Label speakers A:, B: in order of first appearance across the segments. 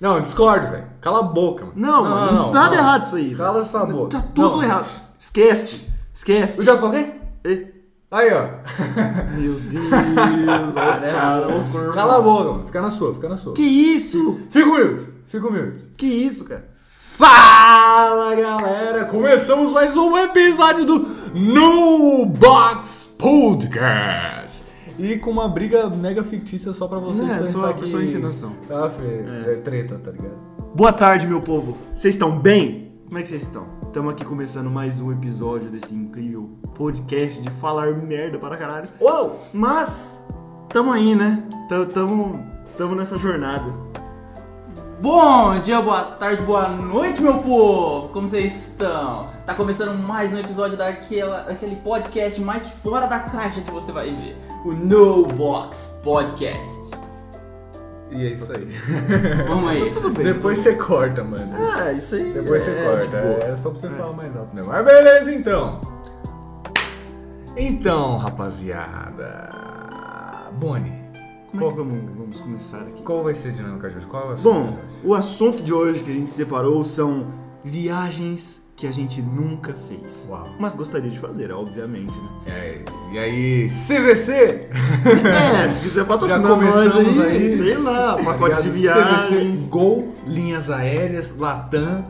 A: Não, eu discordo, velho. Cala a boca, mano.
B: Não, mano, nada errado isso aí.
A: Cala
B: velho.
A: essa boca.
B: Tá tudo
A: Não.
B: errado. Esquece. Esquece.
A: Eu já falei?
B: E-
A: Aí, ó.
B: Meu Deus, olha os
A: é
B: caras. ô, corno.
A: Cala a boca, mano. Fica na sua, fica na sua.
B: Que isso?
A: Fica humilde, fica humilde.
B: Que isso, cara?
A: Fala galera, começamos mais um episódio do No Box Podcast. E com uma briga mega fictícia só pra vocês
B: É,
A: pensarem
B: só-
A: que...
B: só encenação.
A: Tá, feio. É. treta, tá ligado?
B: Boa tarde, meu povo. Vocês estão bem? Como é que vocês estão? Estamos aqui começando mais um episódio desse incrível podcast de falar merda para caralho.
A: Uou!
B: Mas tamo aí, né? T- Tamo, tamo nessa jornada.
C: Bom dia, boa tarde, boa noite, meu povo! Como vocês estão? Tá começando mais um episódio daquela, daquele podcast mais fora da caixa que você vai ver. O No Box Podcast.
A: E é isso aí. É,
C: Vamos aí.
B: Tudo bem.
A: Depois você corta, mano.
B: Ah, isso aí.
A: Depois
B: é,
A: você corta.
B: tipo,
A: é só pra você falar mais alto mesmo. Mas beleza, então. Então, rapaziada. Bonnie,
B: Como é que vamos, vamos começar aqui?
A: qual vai ser a dinâmica de hoje? Qual é o assunto
B: Bom,
A: de hoje?
B: o assunto de hoje que a gente separou são viagens que a gente nunca fez.
A: Uau.
B: Mas gostaria de fazer, obviamente, né?
A: E aí, e aí, CVC?
B: É, se quiser patrocinar
A: Já começamos
B: nós aí,
A: aí.
B: sei lá, pacote de
A: Ligado?
B: viagens.
A: Gol, linhas aéreas, Latam,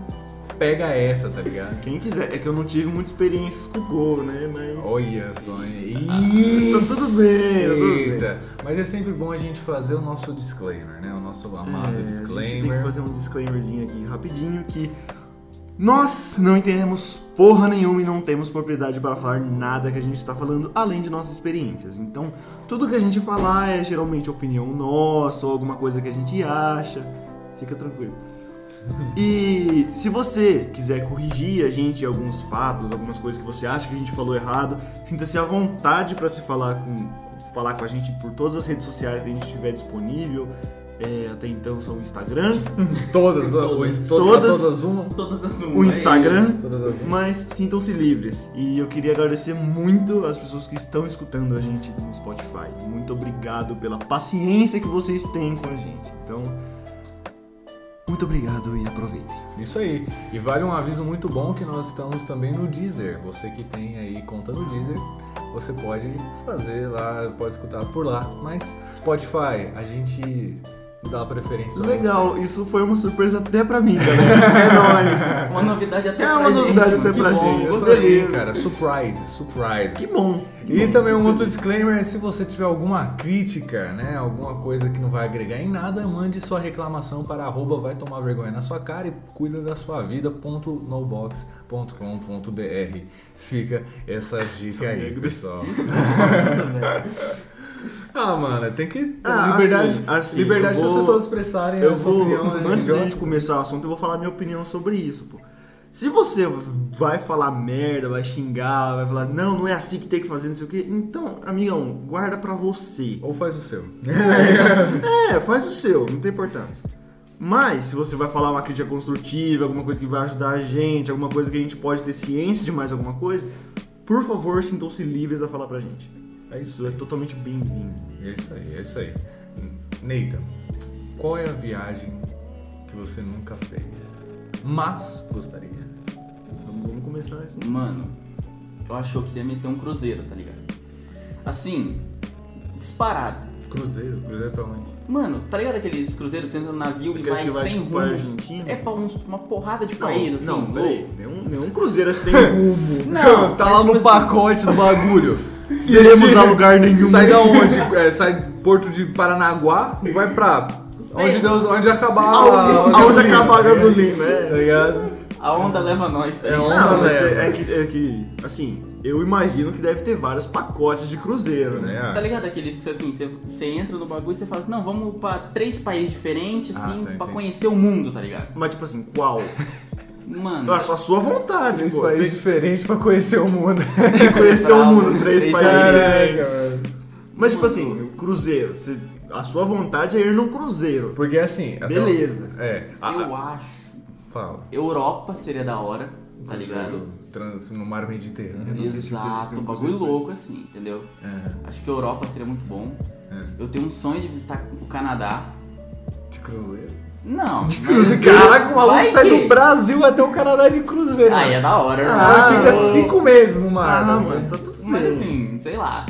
A: pega essa, tá ligado?
B: Quem quiser, é que eu não tive muita experiência com o Gol, né? Mas.
A: Olha só, hein?
B: Tá tudo bem, tá tudo bem.
A: Eita. Mas é sempre bom a gente fazer o nosso disclaimer, né? O nosso amado
B: É, A gente tem que
A: disclaimer.
B: fazer um disclaimerzinho aqui rapidinho que nós não entendemos porra nenhuma e não temos propriedade para falar nada que a gente está falando além de nossas experiências. Então, tudo que a gente falar é geralmente opinião nossa ou alguma coisa que a gente acha. Fica tranquilo. E se você quiser corrigir a gente em alguns fatos, algumas coisas que você acha que a gente falou errado, sinta-se à vontade para se falar com falar com a gente por todas as redes sociais que a gente tiver disponível. É, até então são o Instagram,
A: Todas, todas,
C: Todas,
B: todas.
A: todas, todas uma.
C: Todas as
B: o
C: uma, é
B: Instagram,
C: isso.
A: Todas as
B: mas sintam-se livres. E eu queria agradecer muito as pessoas que estão escutando a gente no Spotify. Muito obrigado pela paciência que vocês têm com a gente. Então, muito obrigado e aproveitem.
A: Isso aí. E vale um aviso muito bom que nós estamos também no Deezer. Você que tem aí conta no Deezer, você pode fazer lá, pode escutar por lá. Mas Spotify, a gente dá preferência pra
B: Legal, isso foi uma surpresa até pra mim, galera. É nóis.
C: Uma novidade até
B: É
C: pra
B: uma
C: gente.
B: novidade
C: mano.
B: até
C: Que
B: pra
C: bom,
A: Você.
B: gente. Eu
A: Isso
B: sou
C: gostei.
A: aí,
B: brasileiro.
A: cara. Surprise, surprise.
B: Que bom. que
A: E
B: bom,
A: também um
B: fico
A: outro
B: feliz.
A: disclaimer, se você tiver alguma crítica, né, alguma coisa que não vai agregar em nada, mande sua reclamação para arroba vai tomar vergonha na sua cara e cuida da sua vida, ponto nobox.com.br. Fica essa dica aí,
B: meio
A: pessoal.
C: Nossa, velho.
A: Ah, mano, tem que
B: Ah,
A: liberdade,
B: assim, assim,
A: liberdade
B: eu
A: das
B: vou-
A: pessoas expressarem
B: Eu
A: a sua
B: vou,
A: opinião. né,
B: antes de
A: idiota?
B: gente começar o assunto, eu vou falar minha opinião sobre isso, pô. Se você vai falar merda, vai xingar, vai falar, não, não é assim que tem que fazer, não sei o quê, então, amigão, guarda pra você.
A: Ou faz o seu.
B: É, faz o seu, não tem importância. Mas, se você vai falar uma crítica construtiva, alguma coisa que vai ajudar a gente, alguma coisa que a gente pode ter ciência de mais alguma coisa, por favor, sintam-se livres a falar pra gente.
A: É isso.
B: Isso é totalmente bem-vindo.
A: É isso aí, é isso aí. Neita, qual é a viagem que você nunca fez, mas gostaria?
B: Vamos vamos começar assim.
C: Mano, eu acho que eu queria meter um cruzeiro, tá ligado? Assim, disparado.
A: Cruzeiro. Cruzeiro pra onde?
C: Mano, tá ligado aqueles cruzeiros que você entra no navio e
B: Aqueles
C: vai,
B: que vai,
C: sem
B: tipo,
C: rumo?
B: pra Argentina?
C: É pra uns- uma porrada de
B: Não,
C: país, assim,
B: não, peraí.
C: louco.
B: um Nenhum, nenhum cruzeiro é sem rumo.
C: Não,
A: tá
C: mas
A: lá
C: tipo
A: no
C: assim-
A: pacote do bagulho.
B: Iremos
A: Este-
B: a lugar nenhum.
A: Sai da onde? É, sai Porto de Paranaguá e vai pra
C: Sei.
A: onde, Deus, onde acabar
B: Aonde-
A: a
B: Ah, aonde acabar a gasolina, é.
A: Tá ligado?
C: A onda leva nós, tá
A: É
C: ligado?
A: onda.
B: Não, mas
A: velho.
B: é, é que, é que, assim, eu imagino que deve ter vários pacotes de cruzeiro, né?
A: Tipo,
C: Tá ligado aqueles que assim, você, você entra no bagulho e você fala assim, não, vamos pra três países diferentes,
A: Ah,
C: assim,
A: tá,
C: pra
A: entendi.
C: conhecer o mundo, tá ligado?
B: Mas, tipo assim, qual?
C: Mano,
B: Ah, só a sua vontade,
A: Três
B: pô.
A: países
B: Você
A: diferentes pra conhecer o mundo.
B: que conheceu o mundo, três
C: Três
B: países
C: países.
B: diferentes.
A: mano.
B: Mas, tipo assim, o cruzeiro. você- a sua vontade é ir num cruzeiro.
A: Porque assim. até-
B: Beleza.
A: É. a-
C: eu acho.
A: Fala.
C: Europa seria da hora, tá ligado?
A: Trans, é, no mar Mediterrâneo. não sei se você
C: Exato,
A: tem
C: um
A: um
C: bagulho
A: cruzeiro
C: louco assim, entendeu?
A: É.
C: Acho que a Europa seria muito bom.
A: É.
C: Eu tenho um sonho de visitar o Canadá.
A: De cruzeiro?
C: Não.
A: De
C: mas-
B: é,
A: cruzeiro. Caraca, o
C: Vai
A: maluco sai
C: que-
A: do Brasil até o Canadá de cruzeiro.
C: Aí é da hora, irmão.
A: Ah,
B: Ah,
A: fica
B: mano.
A: cinco meses no mar.
B: Ah,
A: tá
B: mano,
A: bom.
B: tá tudo bem.
C: Mas assim, sei lá.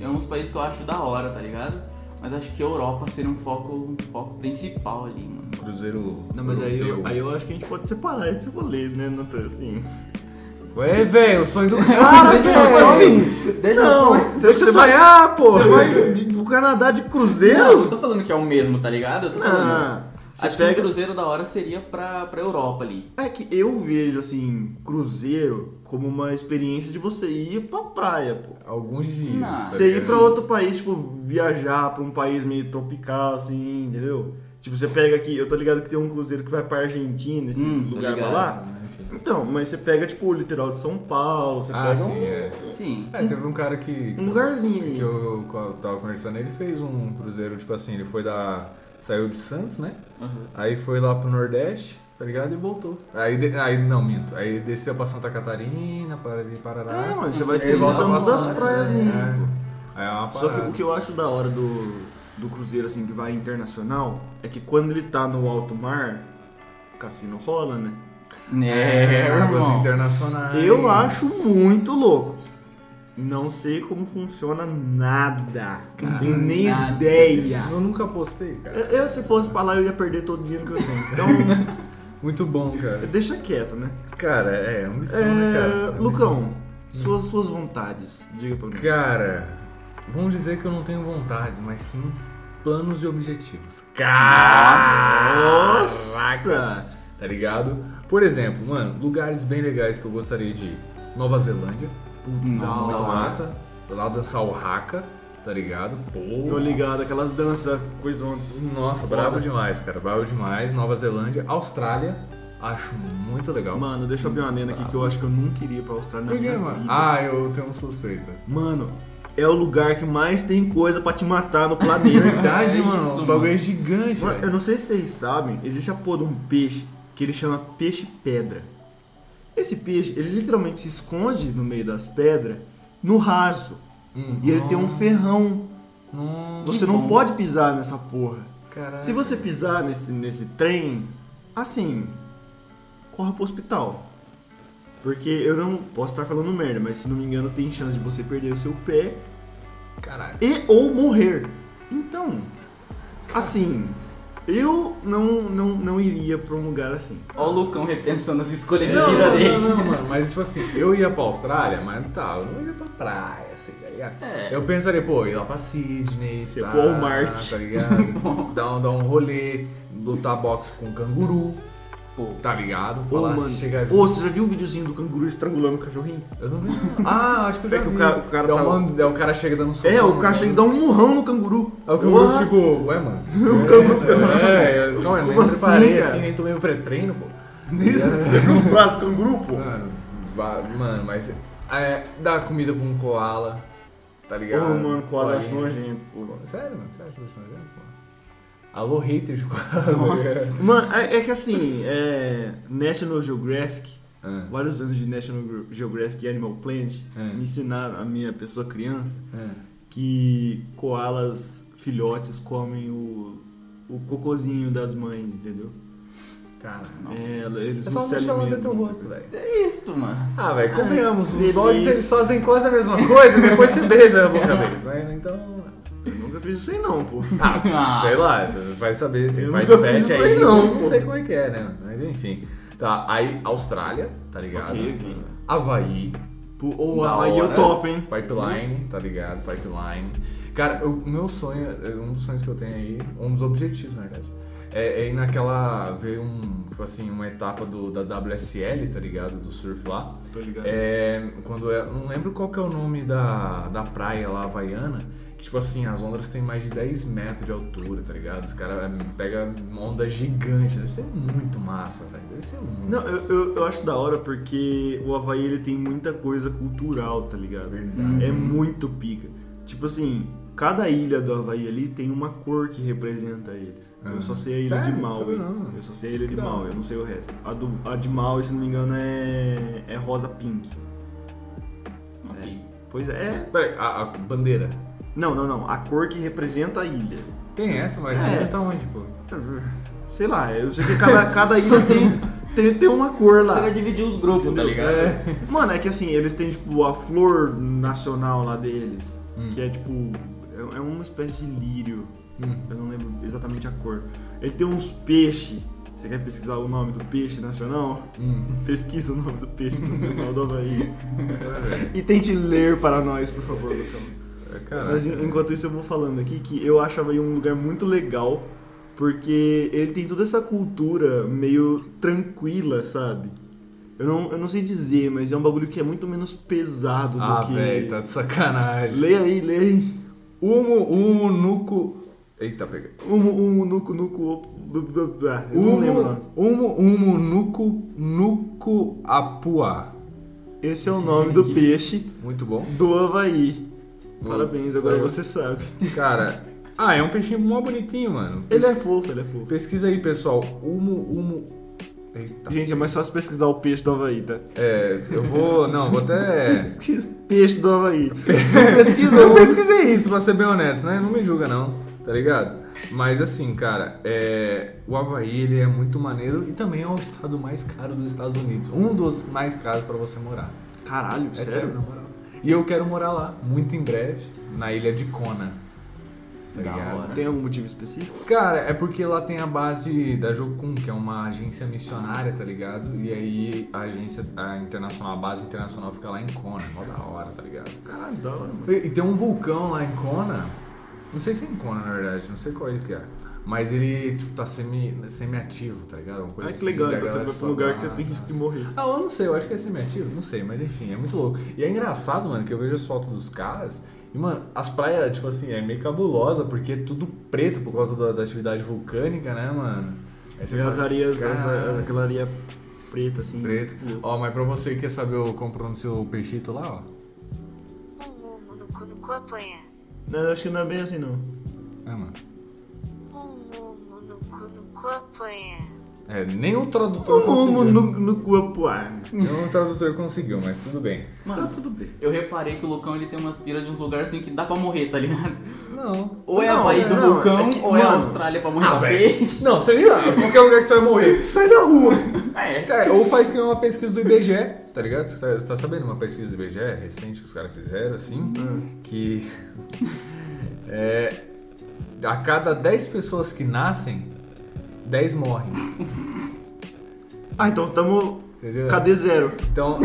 C: É uns países que eu acho da hora, tá ligado? Mas acho que a Europa seria um foco, um foco principal ali, mano.
A: Cruzeiro.
B: Não, mas aí eu,
A: europeu.
B: aí eu acho que a gente pode separar esse rolê, né, Natan? Assim.
A: Ué, velho, o sonho do cara, velho.
B: assim, Não,
A: Deixa eu
B: tipo vai-
A: sonhar, pô.
B: Você vai de- pro Canadá de
C: Não,
B: cruzeiro?
C: não tô falando que é o mesmo, tá ligado? Eu tô falando.
B: Ah, você
C: acho que
B: pega.
C: um cruzeiro da hora seria pra, pra Europa ali.
B: É que eu vejo, assim, cruzeiro como uma experiência de você ir pra praia, pô.
A: Alguns dias.
C: Não.
A: tá
B: Você ir
A: ligado?
B: pra outro país, tipo, viajar pra um país meio tropical, assim, entendeu? Tipo, você pega aqui, eu tô ligado que tem um cruzeiro que vai pra Argentina, esses
C: Hum, tô
B: lugares pra
C: ligado.
B: lá.
A: Enfim.
B: Então, mas você pega, tipo, o litoral de São Paulo, você
A: Ah,
B: pega
A: sim,
B: um,
A: é.
C: Sim.
A: É, teve um cara que.
B: um lugarzinho aí.
A: Que eu, que eu tava conversando, ele fez um cruzeiro, tipo assim, ele foi da. Saiu de Santos, né? Aí foi lá pro Nordeste, tá ligado? E voltou. Aí, de- aí não, minto. Aí desceu pra Santa Catarina, para ali, Parará.
B: É, mano, você vai
A: Aí
C: ele
B: desfrutando
A: pra
B: das
A: Santos,
B: praias,
A: né?
B: né?
A: É. Aí é uma
B: Só que
A: parada.
B: o que eu acho da hora do, do cruzeiro, assim, que vai internacional, é que quando ele tá no alto mar, o cassino rola, né?
C: É,
A: águas
C: irmão.
A: internacionais.
B: Eu acho muito louco. Não sei como funciona nada. Não
A: Ah,
B: tenho nem
C: Nada.
B: ideia.
A: Eu nunca postei, cara.
B: Eu, se fosse pra lá, eu ia perder todo o dinheiro que eu tenho. Então,
A: Muito bom, cara.
B: deixa quieto, né?
A: Cara, é, é uma missão, né, cara? É
B: É,
A: uma missão.
B: Lucão, suas, suas vontades, diga pra mim.
A: Cara, vamos dizer que eu não tenho vontades, mas sim planos e objetivos. Cara!
B: Nossa!
A: Tá ligado? Por exemplo, mano, lugares bem legais que eu gostaria de ir. Nova Zelândia. Puta,
C: Nossa,
A: muito
C: da hora.
A: massa. Lá dançar o Haka, tá ligado? Pô.
B: Tô ligado, aquelas danças, coisa
A: Nossa,
B: Foda.
A: brabo demais, cara. Brabo demais. Nova Zelândia. Austrália. Acho muito legal.
B: Mano, deixa eu abrir uma lenda aqui que eu acho que eu nunca iria pra Austrália na
A: Por que,
B: minha
A: mano?
B: vida.
A: Ah, eu tenho um suspeito.
B: Mano, é o lugar que mais tem coisa pra te matar no planeta.
A: Verdade,
C: é
A: mano.
C: isso,
A: o bagulho
C: mano.
A: é gigante,
B: Mano, eu
A: velho.
B: não sei se vocês sabem, existe a porra de um peixe que ele chama peixe-pedra. Esse peixe, ele literalmente se esconde no meio das pedras, no raso.
A: Hum.
B: E ele tem um ferrão.
A: Nossa,
B: Você não
C: bom.
B: pode pisar nessa porra.
A: caralho.
B: Se você pisar nesse, nesse trem, assim, corra pro hospital. Porque eu não posso estar falando merda, mas se não me engano tem chance de você perder o seu pé
A: Caralho.
B: e ou morrer. Então, assim, eu não, não, não iria pra um lugar assim.
C: Ó o Lucão repensando as escolhas de
A: Não,
C: vida
A: não,
C: dele.
A: não, não, mano. Mas tipo assim, eu ia pra Austrália, mas tá, eu não ia pra praia, assim, tá ligado?
C: É.
A: Eu pensaria, pô, ir lá pra Sydney,
B: Tipo,
A: tá,
B: Walmart.
A: tá ligado? dar, um, dar um rolê, lutar boxe com canguru,
C: Pô.
A: tá ligado?
B: Ou,
A: Falar,
B: mano,
A: chegar
B: ou
A: junto.
B: você já viu o videozinho do canguru estrangulando o cachorrinho?
A: Eu não vi. Ah, acho que eu já
B: É que o
A: vi.
B: cara- o cara
A: Dá
B: tá-
A: uma- é, o cara chega dando um soco.
B: É, o
A: no-
B: cara chega e dá um murrão no canguru.
A: Aí o canguru,
B: Porra.
A: tipo, ué, mano. O canguru. É, eu- calma aí, eu nem
B: Como assim,
A: preparei
B: cara?
A: assim, nem tomei o pré-treino, pô.
B: Você viu os braços do canguru, pô?
A: Mano, ba- mano, mas é, dá comida pra um koala, tá ligado?
B: Ô, mano, koala eu acho
A: Koalinha.
B: nojento, pô.
A: Sério, mano? Você acha que eu acho nojento, pô? Alô, hater de koala.
B: Mano, é, é que assim, é, National Geographic,
A: Ah,
B: vários anos de National Geographic e Animal Planet
A: Hum.
B: me ensinaram, a minha pessoa criança,
A: ah.
B: que koalas filhotes comem o, o cocôzinho das mães, entendeu?
A: Cara,
B: É, eles
A: é
B: não
A: só
B: se
A: você
B: alimentam.
A: no teu rosto, velho.
C: É isso, mano.
A: Ah, velho, convenhamos, os
B: delícia.
A: dogs eles fazem quase a mesma coisa e depois você beija a boca deles, né? Então.
B: Eu nunca fiz isso aí não, pô.
A: Ah,
C: Ah.
A: sei lá, vai saber, tem
B: Eu
A: pai de
B: nunca fiz
A: pet
B: isso
A: aí,
B: aí, não,
A: não
B: pô.
A: sei como é que é, né? Mas enfim. Tá, aí Austrália, tá ligado?
B: ok, ok.
A: Havaí,
B: Pô, Ou
A: Da
B: aí eu
A: hora.
B: topo, hein?
A: Pipeline, tá ligado? Pipeline. Cara, o meu sonho, é- um dos sonhos que eu tenho aí, um dos objetivos, na verdade, é, é ir naquela. ver um, tipo assim, uma etapa do, da WSL, tá ligado? Do surf lá.
B: Tô ligado.
A: É, quando é, não lembro qual que é o nome da, da praia lá, Havaiana, que tipo assim, as ondas têm mais de 10 metros de altura, tá ligado? Os caras pegam onda gigante, deve ser muito massa, velho. Deve ser muito.
B: Não, eu, eu, eu acho da hora porque o Havaí ele tem muita coisa cultural, tá ligado?
A: Verdade.
B: É muito pica. Tipo assim, cada ilha do Havaí ali tem uma cor que representa eles.
A: Ah.
B: Eu só sei a ilha
A: Sério?
B: de
A: Não
B: Maui.
A: sabia não.
B: Eu só sei a ilha
A: Que
B: de
A: da hora.
B: Maui, eu não sei o resto. A, do, a de Maui, se não me engano, é, é rosa pink.
C: Ok.
B: Pois é, é.
A: Peraí, a, a bandeira.
B: Não, não, não. A cor que representa a ilha.
A: Tem essa, mas
B: É.
A: representa onde, pô?
B: sei lá, eu sei que cada, cada ilha tem, tem, tem uma cor
C: Os
B: lá.
C: caras dividiam os grupos, tá ligado?
B: É. Mano, é que assim, eles têm tipo a flor nacional lá deles, que é tipo. É, é uma espécie de lírio.
A: Hum.
B: Eu não lembro exatamente a cor. Ele tem uns peixes. Você quer pesquisar o nome do peixe nacional?
A: Hum.
B: Pesquisa o nome do peixe nacional do Havaí. e tente ler para nós, por favor, Lucão.
A: É, caraca.
B: Mas en- enquanto isso eu vou falando aqui que eu acho Havaí um lugar muito legal, porque ele tem toda essa cultura meio tranquila, sabe? Eu não, eu não sei dizer, mas é um bagulho que é muito menos pesado
A: Ah,
B: do que.
A: velho, tá de sacanagem.
B: Leia aí, leia aí.
A: Humo, humo, nuco. Eita, pega.
B: Humo, humo, nuco, nuco, op- blá, blá, blá. ah, Eu não lembro. o nome.
A: Humo, humo, humo, nuco, nuco, apua.
B: Esse é o nome do peixe
A: Muito bom.
B: do Havaí.
A: Bom,
B: Parabéns, agora
A: tá.
B: você sabe.
A: Cara, ah, é um peixinho mó bonitinho, mano.
B: Ele é fofo, ele é fofo.
A: Pesquisa aí, pessoal. Humo, humo. Eita.
B: Gente, é mais fácil pesquisar o peixe do Havaí, tá?
A: É, eu vou. Não, vou até.
B: Pesquisa Peixe do Havaí. Pesquisa
A: Eu
B: o-
A: pesquisei isso, pra ser bem honesto, né? Não me julga, não, tá ligado? Mas assim, cara, é, o Havaí ele é muito maneiro e também é o estado mais caro dos Estados Unidos. Um dos mais caros pra você morar.
B: Caralho,
A: É sério, na moral. E eu quero morar lá, muito em breve, na ilha de Kona. Tá
C: Da
A: ligado?
C: hora.
B: Tem algum motivo específico?
A: Cara, é porque lá tem a base da Jocum, que é uma agência missionária, tá ligado? E aí a agência a internacional, a base internacional fica lá em Kona, mó da hora, tá ligado?
B: Caralho, da hora, mano.
A: E, e tem um vulcão lá em Kona. Não sei se é em Kona, na verdade, não sei qual ele que é. Mas ele, tipo, tá semi, semi-ativo, tá ligado? Uma coisa
B: Ai, que legal,
A: assim, da
B: então
A: galera
B: você vai pra um
A: só
B: lugar que
A: lá,
B: você tem
A: tá.
B: risco de morrer.
A: Ah, eu não sei, eu acho que é semi-ativo, não sei, mas enfim, é muito louco. E é engraçado, mano, que eu vejo as fotos dos caras. E, mano, as praias, tipo assim, é meio cabulosa, porque é tudo preto por causa da, da atividade vulcânica, né, mano? Aí
B: Você vê as
A: fala,
B: areias,
A: "Cara,
B: as- as- aquela areia preta, assim.
A: Preto. Ó, mas pra você que quer saber o- como pronuncia o peixito lá, ó.
D: Umumu no cu no cu apanha.
B: Não, eu acho que não é bem assim, não.
A: É, mano.
D: Umumu no cu no cu apanha.
A: É, nem o tradutor
B: Como
A: conseguiu.
B: no, no Guapuá.
A: Nem o tradutor conseguiu, mas tudo bem.
B: Tá
C: Mano,
B: tudo bem.
C: eu reparei que o Lucão ele tem umas piras de uns lugares assim que dá pra morrer, tá ligado?
A: Não.
C: Ou é
B: Não,
C: Havaí do
B: não,
C: vulcão,
B: é que-
C: ou é a
B: mano. Ah,
C: Austrália pra morrer de peixe.
A: Ah, Não, seja lá, qualquer lugar que você vai morrer, sai da rua.
C: É.
A: É, ou faz que é uma pesquisa do IBGE, tá ligado? Você tá, você tá sabendo uma pesquisa do IBGE recente que os caras fizeram, assim, que é, a cada 10 pessoas que nascem, 10 morrem,
B: Ah, então tamo.
A: entendeu?
B: Cadê zero?
A: Então,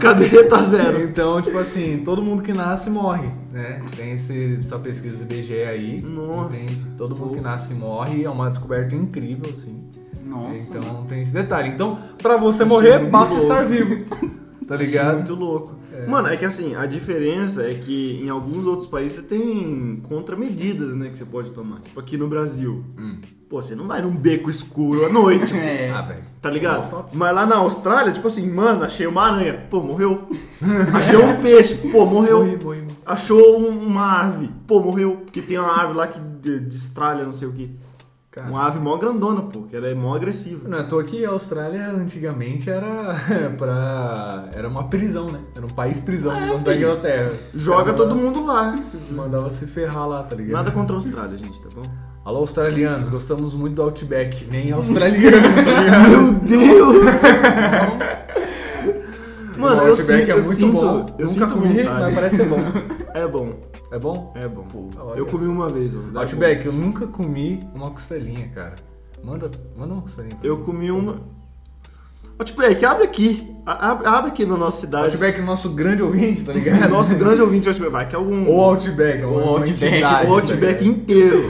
B: Cadê tá zero?
A: então, tipo assim, todo mundo que nasce morre, né? Tem esse- essa pesquisa do IBGE aí.
B: Nossa.
A: entende? Todo mundo que nasce morre, é uma descoberta incrível, assim.
C: Nossa.
A: então
C: mano.
A: tem esse detalhe. Então, pra você
B: Achei
A: morrer,
B: muito
A: basta
B: louco.
A: estar vivo. Tá
B: Achei
A: ligado?
B: Muito louco. Mano, é que assim, a diferença é que em alguns outros países você tem contramedidas, né, que você pode tomar. Tipo aqui no Brasil.
A: Hum.
B: Pô, você não vai num beco escuro à noite,
C: É.
A: Ah, velho.
B: Tá
A: Top,
B: ligado?
A: top.
B: Mas lá na Austrália, tipo assim, mano, achei uma aranha, pô, morreu. Achei um peixe, pô, morreu.
A: Morri, morri, morri.
B: Achou um- uma ave, pô, morreu. Porque tem uma ave lá que de- destralha, não sei o que.
A: Cara,
B: Uma ave mó grandona, pô, que ela é mó agressiva.
A: Tá. Não, eu tô aqui, a Austrália antigamente era pra... Era uma prisão, né? Era um país prisão é, da Inglaterra.
B: Ah, Joga
A: Cara,
B: todo mundo lá.
A: Mandava se ferrar lá, tá ligado?
B: Nada contra a Austrália, gente, tá bom?
A: Alô, australianos, gostamos muito do Outback. Nem australiano, tá ligado?
B: Meu Deus! Mano,
A: o
B: eu
A: Outback
B: sinto,
A: é
B: eu
A: muito
B: sinto,
A: bom.
B: eu
A: Nunca
B: sinto
A: comi, mas
B: vontade.
A: parece ser bom.
B: É bom,
A: É bom?
B: é bom.
A: olha
B: eu comi
A: isso.
B: uma vez, ó.
A: Outback, eu nunca comi uma costelinha, cara. Manda, manda uma costelinha pra
B: Eu
A: mim.
B: comi uma. Ó, tipo, é que abre aqui. A- Abre, abre aqui na nossa cidade.
A: Outback, nosso grande ouvinte, tá ligado?
B: Nosso grande ouvinte é Outback. Vai que algum.
A: Ou Outback, é ou
C: Ou Outback,
A: tá
B: o Outback inteiro.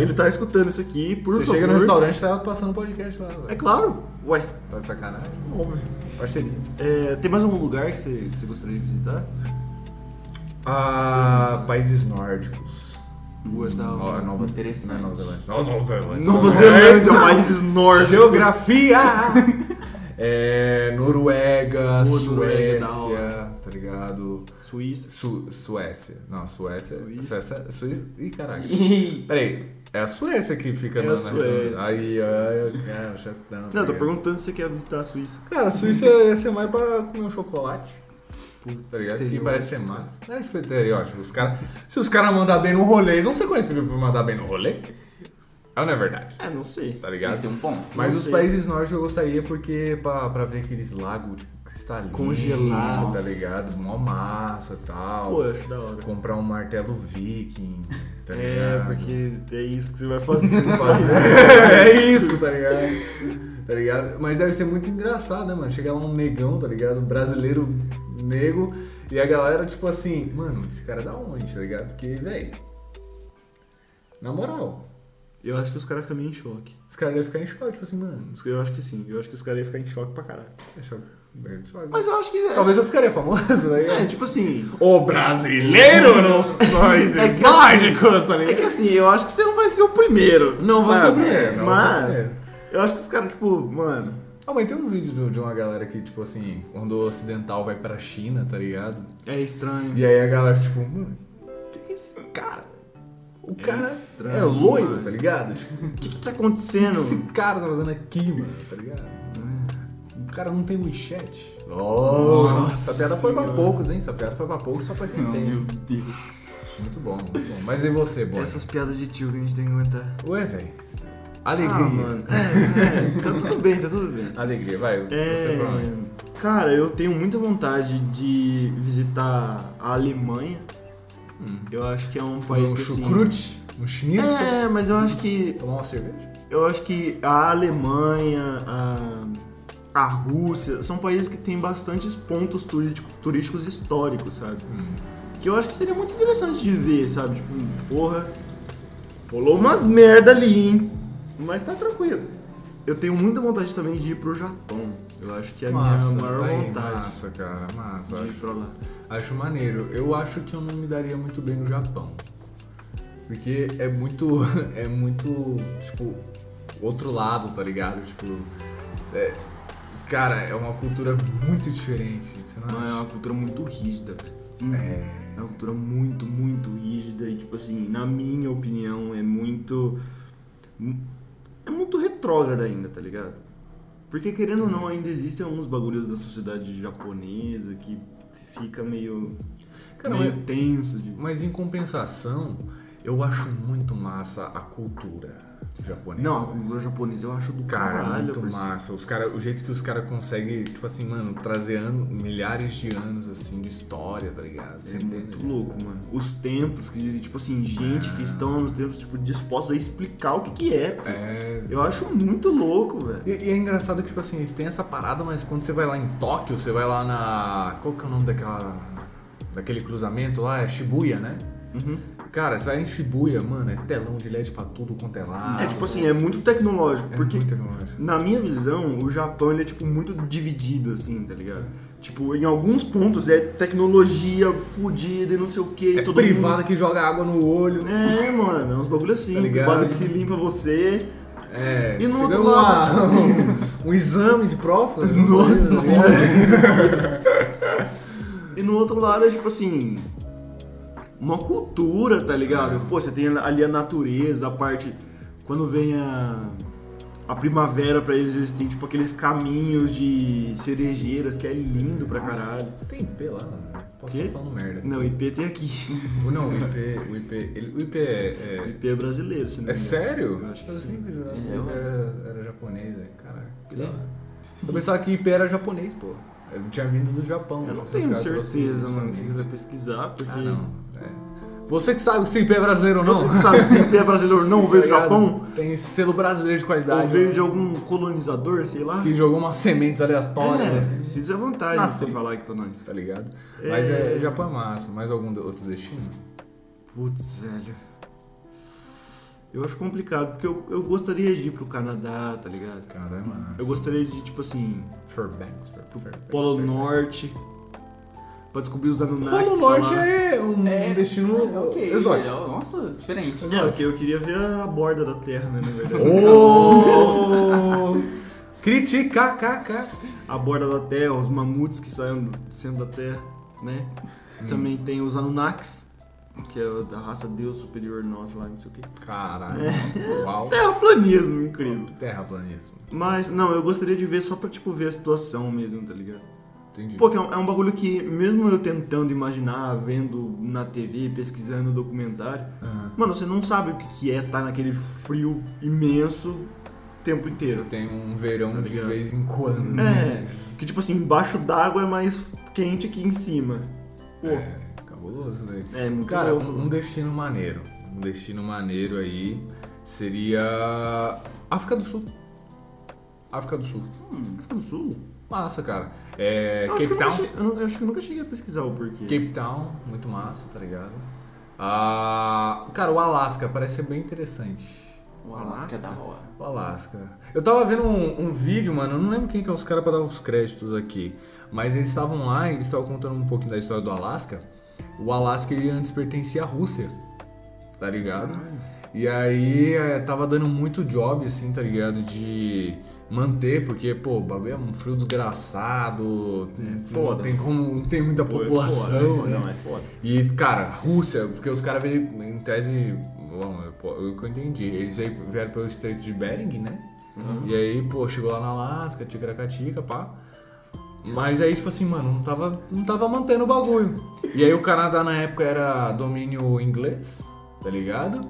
B: Ele tá escutando isso aqui, por
A: É. Você
B: favor.
A: chega no restaurante e tá passando podcast lá,
B: É
A: velho.
B: claro. Ué.
A: Tá de sacanagem? Óbvio. Parceria.
B: É, tem mais algum lugar que você, você gostaria de visitar?
A: Ah, países nórdicos.
B: Ruas da.
A: Ó, é. Nova
C: Interessante.
A: Não é Nova Zelândia. Nova, Zelândia.
B: Nova Zelândia, países nórdicos.
A: Geografia! é, Noruega,
B: Pô, Noruega, da
A: Suécia, tá ligado?
B: Suíça.
A: Su- Suécia. Não, Suécia.
B: Suíça.
A: Suécia. Suíça. Ih, caraca.
C: E-
A: Peraí, é a Suécia que fica
B: É
A: na
B: a
A: região-
B: Suécia.
A: Aí, ai, cara, chatão.
B: Não, eu tô
A: tá ligado?
B: perguntando Uhum. se você quer visitar a Suíça.
A: Cara, Suíça ia ser mais pra comer um chocolate.
B: Putz,
A: Tá ligado? Que
B: exterior. assim,
A: parece ser massa. Não é estereótipo. Os cara, se os caras mandar bem no rolê, eles vão ser conhecidos por mandar bem no rolê. É ou não é verdade?
B: É, não sei.
A: Tá
C: Ele
A: ligado?
C: tem um ponto.
A: Mas
B: não
A: os
B: sei.
A: países nórdicos eu gostaria porque pra, pra ver aqueles lagos tipo, cristalinos,
B: Congelado.
A: tá ligado? Mó massa e tal.
B: Pô, eu acho da hora.
A: Comprar um martelo viking, tá ligado?
B: É, porque é isso que você vai fazer.
A: É isso, tá ligado? Tá ligado? Mas deve ser muito engraçado, né, mano? Chegar lá um negão, tá ligado? Um brasileiro negro. E a galera, tipo assim, mano, esse cara é da onde, tá ligado? Porque, velho. Na moral,
B: Eu acho que os caras ficam meio em choque.
A: esse cara deve ficar em choque, tipo assim, mano.
B: Eu acho que sim. Eu acho que os caras iam ficar em choque pra caralho.
A: é choque, é choque.
B: Mas eu acho que. é-
A: Talvez eu ficaria famoso, tá
B: É,
A: ligado?
B: tipo assim.
A: O brasileiro nos países
B: É que assim-
A: nórdicos, tá
B: É
A: ligado?
B: que assim, eu acho que você não vai ser o primeiro. Ah, Não
A: vou ser
B: sabe?
A: o primeiro, não vou ser o
B: Mas.
A: primeiro.
B: Eu acho que os caras, tipo, mano.
A: Ah, mas tem uns vídeos de- de uma galera que, tipo assim, quando o ocidental vai pra China, tá ligado?
B: É estranho.
A: E aí a galera, tipo, mano, o que que é esse cara? O cara
B: estranho,
A: é loiro,
B: mano.
A: tá ligado? Tipo, o
B: O que que tá
A: que
B: acontecendo?
A: esse cara tá fazendo aqui, mano, tá ligado? É. O cara não tem manchete. Nossa, essa piada foi pra
B: Senhora.
A: poucos, hein? Essa piada foi pra poucos, só pra quem
C: Não,
A: tem.
C: meu Deus.
A: Muito bom, muito bom. Mas e você, boy?
B: É Essas piadas de tio que a gente tem que aguentar.
A: Ué, velho.
B: Ah,
A: Alegria.
B: mano. É, é, tá tudo bem, tá tudo bem.
A: Alegria, vai. Você pra onde?
B: É, cara, eu tenho muita vontade de visitar a Alemanha. Eu acho que é um país
A: um
B: que assim.
A: chucrute, um schnitzel,
B: É, mas eu acho que
A: tomar uma cerveja.
B: eu acho que a Alemanha, a, a Rússia, são países que têm bastantes pontos turístico- turísticos históricos, sabe?
A: Hum.
B: Que eu acho que seria muito interessante de ver, sabe? Tipo, porra, rolou umas merda ali, hein? Mas tá tranquilo. Eu tenho muita vontade também de ir pro Japão. Eu acho que é a minha maior
A: tá aí,
B: vontade
A: massa, cara, massa.
B: de ir
A: Acho,
B: pra lá.
A: acho maneiro. Eu acho que eu não me daria muito bem no Japão. Porque é muito, é muito, tipo, outro lado, tá ligado? Tipo, é- cara, é uma cultura muito diferente, você não
B: Mas é
A: acha?
B: uma cultura muito rígida, cara.
A: É,
B: É uma cultura muito, muito rígida e, tipo assim, na minha opinião, é muito. É muito retrógrada ainda, tá ligado? Porque, querendo ou não, ainda existem alguns bagulhos da sociedade japonesa que fica meio.
A: Cara,
B: meio
A: mas-
B: tenso. De...
A: mas em compensação, eu acho muito massa a cultura japonesa.
B: Não, a
A: velho.
B: cultura japonesa eu acho do
A: Cara,
B: caralho.
A: muito
B: parceiro.
A: massa. Os cara, o jeito que os caras conseguem, tipo assim, mano, trazer ano- milhares de anos assim de história, tá ligado?
B: É muito louco, mano. Os tempos que dizem, tipo assim, gente que estão nos tempos, tipo, dispostos a explicar o que que é. pô.
A: É.
B: Eu acho muito louco, velho.
A: E, e é engraçado que, tipo assim, eles têm essa parada, mas quando você vai lá em Tóquio, você vai lá na. Qual que é o nome daquela. Daquele cruzamento lá? É Shibuya, né?
B: Uhum.
A: Cara, você vai em Shibuya, mano, é telão de LED pra tudo quanto é lado.
B: É tipo assim, é muito tecnológico,
A: é
B: porque
A: muito tecnológico.
B: na minha visão, o Japão ele é tipo muito dividido assim, tá ligado? Tipo, em alguns pontos é tecnologia fodida e não sei o que,
A: É privada que joga água no olho.
B: Mundo... É, mano, é uns bagulho
A: Tá
B: assim,
A: ligado?
B: privada que se limpa você.
A: É,
B: E no
A: você
B: outro
A: ganha uma-
B: lado, tipo assim.
A: um, exame de próstata.
B: Nossa
A: Né?
B: senhora. E no outro lado é tipo assim, uma cultura, tá ligado? Pô, você tem ali a natureza, a parte quando vem a a primavera pra eles, eles têm tipo aqueles caminhos de cerejeiras que é lindo pra caralho.
A: Tem IP lá, mano. Posso
B: Quê?
A: estar falando merda.
B: Não, IP tem aqui.
A: O- Não, o IP. O IP, ele- o IP é. é...
B: IP é brasileiro, se não me
A: É
B: engano.
A: sério?
B: Eu acho que assim.
A: eu
B: sim.
A: sempre jurava que
C: É, eu-
A: IP era, era japonês, velho. Caraca, que
B: É.
A: da hora. Eu pensava que IP era japonês, pô. Eu tinha vindo do Japão.
B: Eu não
A: Os
B: tenho
A: caras trouxeram
B: certeza,
A: os
B: mano.
A: amigos.
B: Se quiser pesquisar, porque.
A: Ah, não. É. Você que sabe se IP é brasileiro ou não.
B: Você que sabe se IP é brasileiro ou não, veio do
A: Tá ligado?
B: Japão?
A: Tem selo brasileiro de
B: Ou
A: qualidade.
B: veio de algum colonizador, sei lá?
A: Que jogou umas sementes aleatórias.
B: É,
A: assim.
B: se à vontade
A: Nasci.
B: pra falar aqui pra nós.
A: tá ligado? Mas
B: É.
A: é Japão é massa. Mais algum de- outro destino?
B: Putz, velho. Eu acho complicado, porque eu, eu gostaria de ir pro Canadá, tá ligado?
A: Canadá é massa.
B: Eu gostaria de, tipo assim,
A: Fairbanks. Fair-
B: pro
A: Fairbanks,
B: Polo
A: Fairbanks.
B: Norte. Pra descobrir os Anunnaki.
A: Polo
B: que tá
A: Norte
B: lá.
A: é um
C: É,
A: destino
C: ok. é,
A: exótico.
C: legal. Nossa, diferente.
B: É, porque eu queria ver a borda da Terra, né, na
C: é
B: verdade.
A: Oh! Critica, kkk.
B: A borda da Terra, os mamutes que saíram do centro da Terra, né? Também tem os Anunnakis, que é da raça Deus superior nossa lá, não sei o quê.
A: Caralho,
B: É.
A: nossa, uau.
B: Terraplanismo, incrível.
A: Terraplanismo.
B: Mas, não, eu gostaria de ver só pra, tipo, ver a situação mesmo, tá ligado?
A: entendi.
B: Pô, que é um, é um bagulho que, mesmo eu tentando imaginar, vendo na TV, pesquisando documentário,
A: Aham.
B: mano, você não sabe o que que é estar naquele frio imenso o tempo inteiro.
A: Tem um verão
B: Tá
A: de
B: ligado?
A: vez em quando. né?
B: É, que tipo assim, embaixo d'água é mais quente que em cima. Pô, é,
A: É, cabuloso, velho.
B: muito
A: Cara,
B: louco.
A: um, um destino maneiro. Um destino maneiro aí seria. África do Sul. África do Sul.
B: África do um Sul?
A: Massa, cara. É,
B: Eu acho, que
A: Cape
B: eu, nunca
A: Town.
B: che- eu não- eu acho que eu nunca cheguei a pesquisar o porquê.
A: Cape Town, muito massa, tá ligado? Ah, cara, o Alasca parece ser bem interessante.
C: O Alasca é da hora.
A: O Alasca. Eu tava vendo um, um vídeo, mano, eu não lembro quem que é os caras pra dar os créditos aqui. Mas eles estavam lá e eles estavam contando um pouquinho da história do Alasca. O Alasca ele antes pertencia à Rússia. Tá ligado? E aí é, tava dando muito job, assim, tá ligado? De manter, porque, pô, o bagulho é um frio desgraçado. Não
B: É foda.
A: tem como. Não tem muita
B: Pô, é
A: população.
B: foda.
A: né?
B: Não, é foda.
A: E, cara, Rússia, porque os caras vieram, em tese, bom, eu, pô, eu que eu entendi, eles aí vieram pelo Estreito de Bering, né? E aí, pô, chegou lá na Alasca, ticaracatica, pá. Mas aí, tipo assim, mano, não tava, não tava mantendo o bagulho. E aí o Canadá na época era domínio inglês, tá ligado?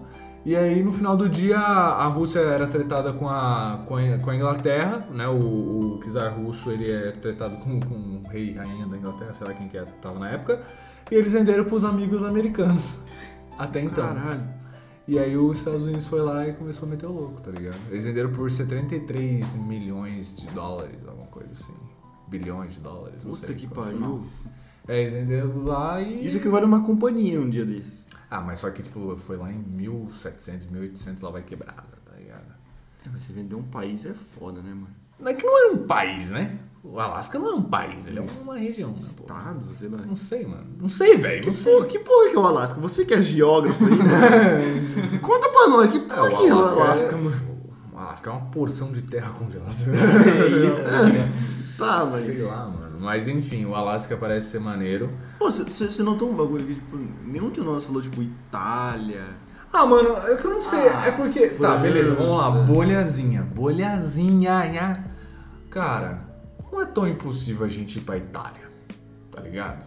A: E aí no final do dia a Rússia era tretada com a, com a, com a Inglaterra, né? O, o czar russo ele é tretado com, com o rei, rainha da Inglaterra, sei lá quem que era, tava na época. E eles venderam pros amigos americanos. Até então.
B: Caralho.
A: E aí os Estados Unidos foi lá e começou a meter o louco, tá ligado? Eles venderam por 73 milhões de dólares, alguma coisa assim. Bilhões de dólares, não
B: Puta
A: sei.
B: que
A: qual foi.
B: pariu.
A: É, eles venderam lá e...
B: Isso que vale uma companhia um dia desses.
A: Ah, mas só que, tipo, foi lá em 1700, 1800, lá vai quebrada, tá ligado?
B: É, mas você vender um país é foda, né, mano?
A: Não é que não era um país, né? O Alasca não é um país, ele é uma região. né, pô?
B: Estado, sei lá.
A: Não sei, mano. Não sei, velho. Não sei.
B: Porra, que porra que é o Alasca? Você que é geógrafo aí, né? Conta pra nós, que porra que é o Alasca,
A: é...
B: mano?
A: O Alasca é uma porção de terra congelada.
B: É Tá, mas...
A: Sei lá, mano. Mas enfim, o Alasca parece ser maneiro.
B: Pô, você notou um bagulho que, tipo, nenhum de nós falou, tipo, Itália.
A: Ah, mano, é que eu não sei.
C: Ah,
A: é porque. Tá, beleza, vamos lá.
B: França.
A: Bolhazinha. Bolhazinha. nha. Cara, não é tão impossível a gente ir pra Itália. Tá ligado?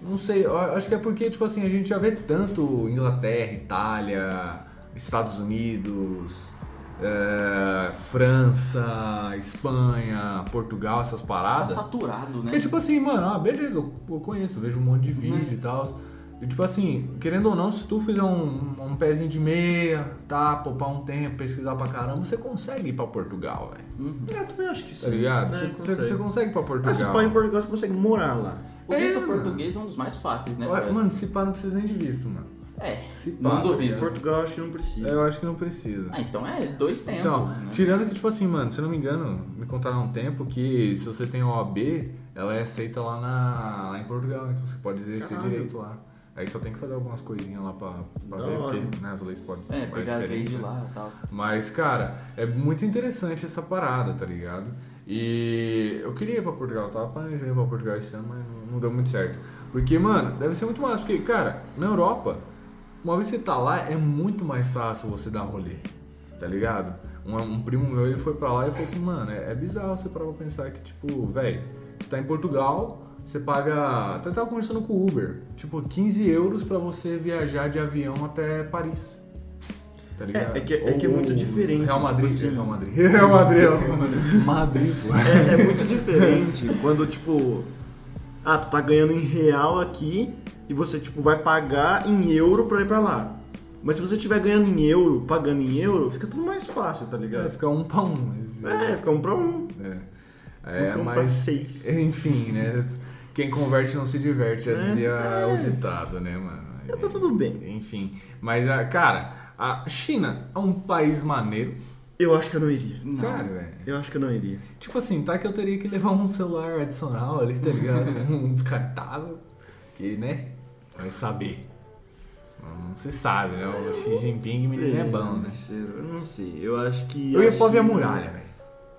A: Não sei, eu acho que é porque, tipo assim, a gente já vê tanto Inglaterra, Itália, Estados Unidos, eh, França, Espanha, Portugal, essas
C: Tá
A: paradas.
C: saturado, né?
A: Porque, tipo assim, mano, ah, beleza, eu, eu conheço, eu vejo um monte de vídeo
B: Né?
A: e tal. E, tipo assim, querendo ou não, se tu fizer um, um pezinho de meia, tá, poupar um tempo, pesquisar pra caramba, você consegue ir pra Portugal, velho.
C: Uhum.
B: É, eu também acho que sim.
A: Tá ligado?
B: É,
A: Você- você,
B: consegue.
A: você consegue ir pra
B: Ah,
A: Portugal.
B: se pá, em Portugal você consegue morar lá.
C: O visto
A: É,
C: português é um dos mais fáceis, né?
A: Olha,
C: cara?
A: Mano, se pá, não precisa nem de visto, mano.
C: é,
A: Se pá,
C: não
A: tá
C: duvido.
B: Em Portugal eu acho que não precisa.
A: Eu acho que não precisa.
C: Ah, então é dois tempos.
A: Então,
C: né?
A: tirando que, tipo assim, mano, se eu não me engano, me contaram há um tempo que se você tem OAB, ela é aceita lá, na, lá em Portugal, então você pode exercer
B: Caralho.
A: direito lá. Aí só tem que fazer algumas coisinhas lá pra, pra
B: Da
A: ver,
B: hora.
A: porque né, as leis podem
C: É,
A: é
C: pegar as
A: diferente,
C: leis de
A: né?
C: lá e tal.
A: Mas, cara, é muito interessante essa parada, tá ligado? E eu queria ir pra Portugal, eu tava planejando ir pra Portugal esse ano, mas não deu muito certo. Porque, mano, deve ser muito massa, porque, cara, na Europa, uma vez que você tá lá, é muito mais fácil você dar rolê, tá ligado? Um, um primo meu, ele foi pra lá e falou assim, mano, é, é bizarro você parar pra pensar que, tipo, velho, você tá em Portugal... Você paga. Até tava conversando com o Uber. Tipo, 15 euros pra você viajar de avião até Paris. Tá ligado?
B: É, é que- é que é muito diferente,
A: Real
B: tipo
A: Madrid,
B: assim.
A: Real Madrid. Real Madrid. Real Madrid. Madrid, pô.
B: É, é muito diferente quando, tipo, ah, tu tá ganhando em real aqui e você, tipo, vai pagar em euro pra ir pra lá. Mas se você estiver ganhando em euro, pagando em euro, fica tudo mais fácil, tá
A: Vai
B: ligado?
A: ficar um pra um.
B: É, fica um pra um.
A: É. É,
B: fica um pra
A: mas.
B: seis.
A: Enfim, né? Quem converte não se diverte, já
B: É,
A: dizia
B: é.
A: o ditado, né, mano?
B: É, tá tudo bem.
A: Enfim. Mas, ah, cara, a China é um país maneiro.
B: Eu acho que eu não iria.
A: Sério, velho.
B: Eu acho que eu não iria.
A: Tipo assim, tá que eu teria que levar um celular adicional ali, tá ligado? um descartável. Que, né? Vai saber. Não se sabe, né? O Xi Jinping, menino é bom, né?
B: parceiro, Eu não sei. Eu acho que.
A: Eu ia
B: a
A: pra ver a
B: China-
A: muralha, velho.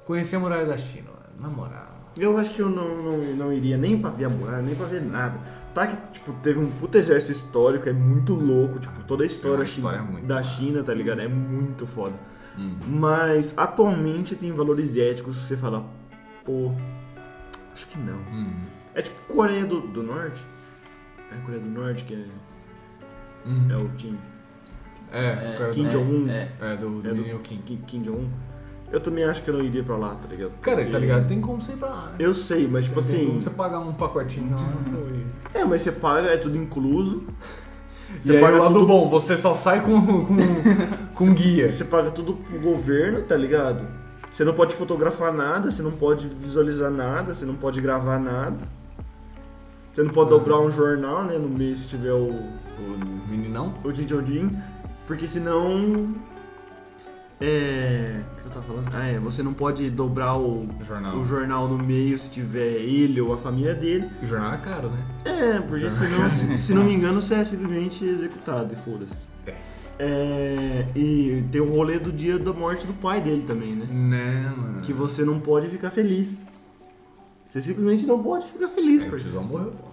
A: Conhecer a muralha da China, mano. Na moral.
B: Eu acho que eu não, não, não iria nem pra ver a muralha, nem pra ver nada. Tá que, tipo, teve um puta gesto histórico, é muito louco, tipo, toda a história,
A: uma história
B: chi-
A: muito
B: da
A: foda.
B: China, tá ligado? É muito foda.
A: Hum.
B: Mas atualmente tem valores éticos que você fala, pô, Acho que não.
A: Hum.
B: É tipo Coreia do, do Norte? É Coreia do Norte que é,
A: Hum.
B: é o Kim,
A: É, o cara
B: Kim
A: do-
B: Jong-un.
C: É.
A: É, do, do
B: É do-
A: menino Kim.
B: Kim, Kim Jong-un. Eu também acho que eu não iria pra lá, tá ligado?
A: Cara,
B: Porque-
A: tá ligado? Tem como você ir pra lá, né?
B: Eu sei, mas tipo
A: Tem
B: assim.
A: como você pagar um pacotinho lá. né?
B: É, mas você paga, é tudo incluso.
A: e aí, o lado
B: tudo,
A: bom, você só sai com, com, com guia.
B: Você paga tudo pro governo, tá ligado? Você não pode fotografar nada, você não pode visualizar nada, você não pode gravar nada. Você não pode
A: Ah.
B: dobrar um jornal, né? No mês se tiver o.
A: O meninão?
B: o Jin Jodin, porque senão. É. O que eu tava falando? Ah, é. Você não pode dobrar o,
A: Jornal.
B: o jornal no meio se tiver ele ou a família dele.
A: O jornal é caro, né?
B: É, porque senão, se, se não me engano, você é simplesmente executado e foda-se.
A: É.
B: É, E tem o rolê do dia da morte do pai dele também, né?
A: Né, mano.
B: Que você não pode ficar feliz. Você simplesmente não pode ficar feliz,
A: Aí É, o
B: parceiro.
A: tiozão morreu, pô.